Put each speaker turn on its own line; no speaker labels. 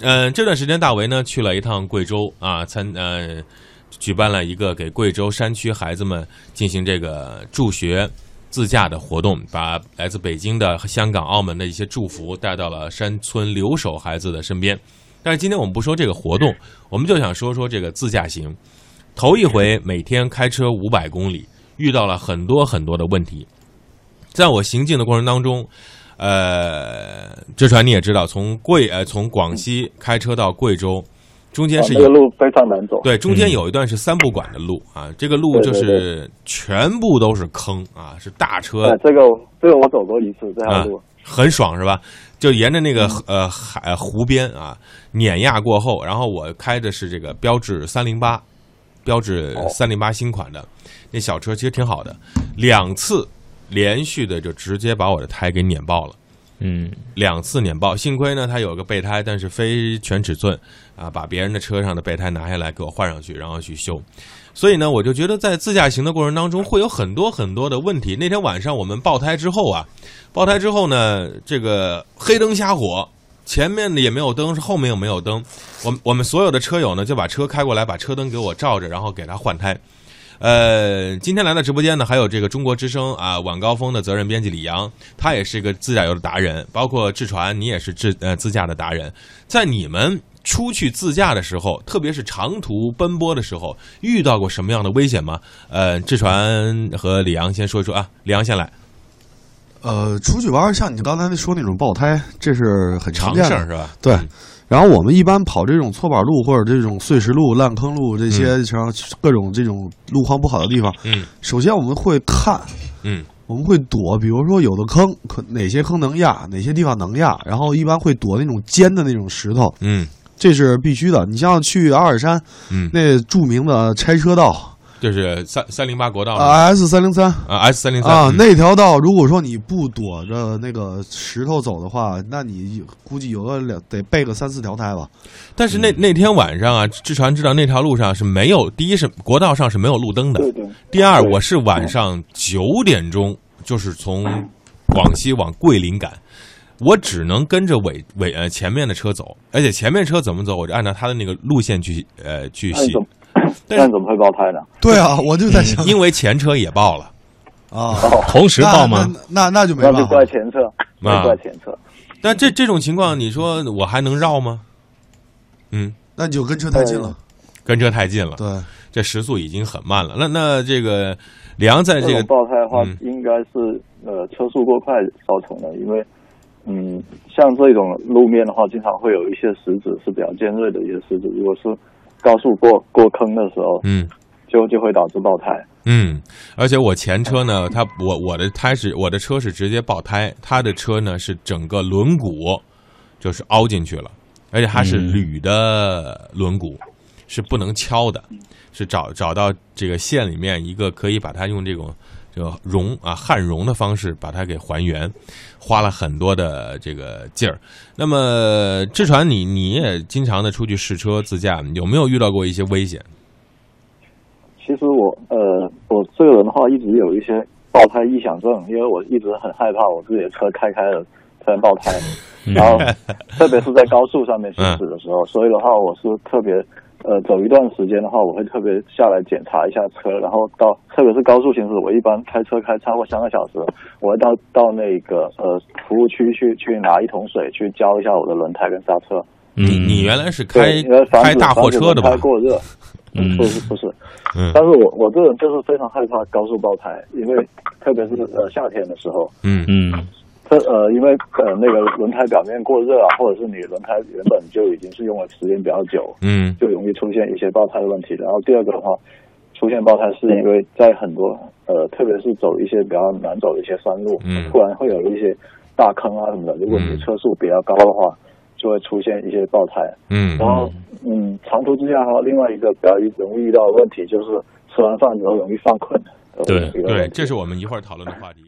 嗯、这段时间大为呢去了一趟贵州啊，参呃举办了一个给贵州山区孩子们进行这个助学自驾的活动，把来自北京的、香港、澳门的一些祝福带到了山村留守孩子的身边。但是今天我们不说这个活动，我们就想说说这个自驾行。头一回每天开车五百公里，遇到了很多很多的问题。在我行进的过程当中，呃，这船你也知道，从贵呃从广西开车到贵州，中间
啊
是
那个
有
路非常难走。
对中间有一段是三不管的路啊，这个路就
对对
是全部都是坑啊，是大车
哎，这个我这个我走过一次这条
啊
路，，
很爽是吧？就沿着那个呃海呃湖边啊碾压过后，然后我开的是这个标致三零八，标致三零八新款的那小车，其实挺好的，两次连续的就直接把我的胎给碾爆了。
嗯，
两次碾爆，幸亏呢它有个备胎，但是非全尺寸啊，把别人的车上的备胎拿下来给我换上去，然后去修。所以呢，我就觉得在自驾行的过程当中会有很多很多的问题。那天晚上我们爆胎之后啊，爆胎之后呢，这个黑灯瞎火，前面的也没有灯，后面也没有灯。我们我们所有的车友呢就把车开过来，把车灯给我照着，然后给他换胎。呃，今天来到直播间呢，还有这个中国之声啊晚高峰的责任编辑李阳，他也是一个自驾游的达人，包括志传，你也是自呃自驾的达人。在你们出去自驾的时候，特别是长途奔波的时候，遇到过什么样的危险吗？呃，志传和李阳先说一说啊，李阳先来，
呃，出去玩儿，像你刚才说那种爆胎，这是很
常
常见
事
的
儿是嗯吧？
对，然后我们一般跑这种搓板路或者这种碎石路、烂坑路这些，像各种这种路况不好的地方，
嗯
首先我们会看，
嗯
我们会躲，比如说有的坑，可哪些坑能压，哪些地方能压，然后一般会躲那种尖的那种石头，
嗯
这是必须的。你像去阿尔山
嗯，
那著名的拆车道
就是三三零八国道啊
啊，S 三零三。
，S 三零三嗯
啊，那条道，如果说你不躲着那个石头走的话，那你估计有个两得备个三四条胎吧。
但是那那天晚上啊，志传知道那条路上是没有，第一是国道上是没有路灯的，
对对，
第二，我是晚上九点钟，就是从广西往桂林赶，我只能跟着尾尾呃前面的车走，而且前面车怎么走，我就按照他的那个路线去呃去
那你
写
怎，么
但是
那你怎么会爆胎呢？
对 啊，我就在想
因为前车也爆了
啊，
同时
那
报吗？
那那那就没
那
办
就
法
怪。前侧，
啊
那就怪前侧。
但这这种情况，你说我还能绕吗？嗯，
那你就跟车太近了。
跟车太近了，
对，
这时速已经很慢了。那那这个李阳在
这
这
种
个
爆胎的话
嗯，
应该是呃车速过快造成的，因为嗯，像这种路面的话，经常会有一些石子是比较尖锐的一些石子，如果是高速过过坑的时候，
嗯。
就就会导致爆胎。
嗯，而且我前车呢，它我我的胎是我的车是直接爆胎，他的车呢是整个轮毂就是凹进去了，而且它是
嗯
铝的轮毂，是不能敲的，是找找到这个线里面一个可以把它用这种这个熔啊焊熔的方式把它给还原，花了很多的这个劲儿。那么志传你，你也经常的出去试车自驾，有没有遇到过一些危险？
其实我呃，我这个人的话，一直有一些爆胎臆想症，因为我一直很害怕我自己的车开开了突然爆胎，然后特别是在高速上面行驶的时候，所以的话，我是特别呃，走一段时间的话，我会特别下来检查一下车，然后到特别是高速行驶，我一般开车开超过三个小时，我会到到那个呃服务区去去拿一桶水去浇一下我的轮胎跟刹车，
你
嗯
你原来是
对，
开
因为防
开
止
大货车的吧
防止轮胎？过热，
嗯
不是不是。
嗯
但是我我这人就是非常害怕高速爆胎，因为特别是呃夏天的时候，
嗯
嗯
特呃因为呃那个轮胎表面过热啊，或者是你轮胎原本就已经是用了时间比较久，
嗯
就容易出现一些爆胎的问题。然后第二个的话，出现爆胎是因为在很多呃特别是走一些比较难走的一些山路，
嗯
突然会有一些大坑啊什么的，如果你
嗯
车速比较高的话，就会出现一些爆胎。
嗯
然后，嗯，长途之下还有另外一个比较容易遇到的问题就是吃完饭之后容易犯困。
对
这个问
对，
题
这是我们一会儿讨论的话题。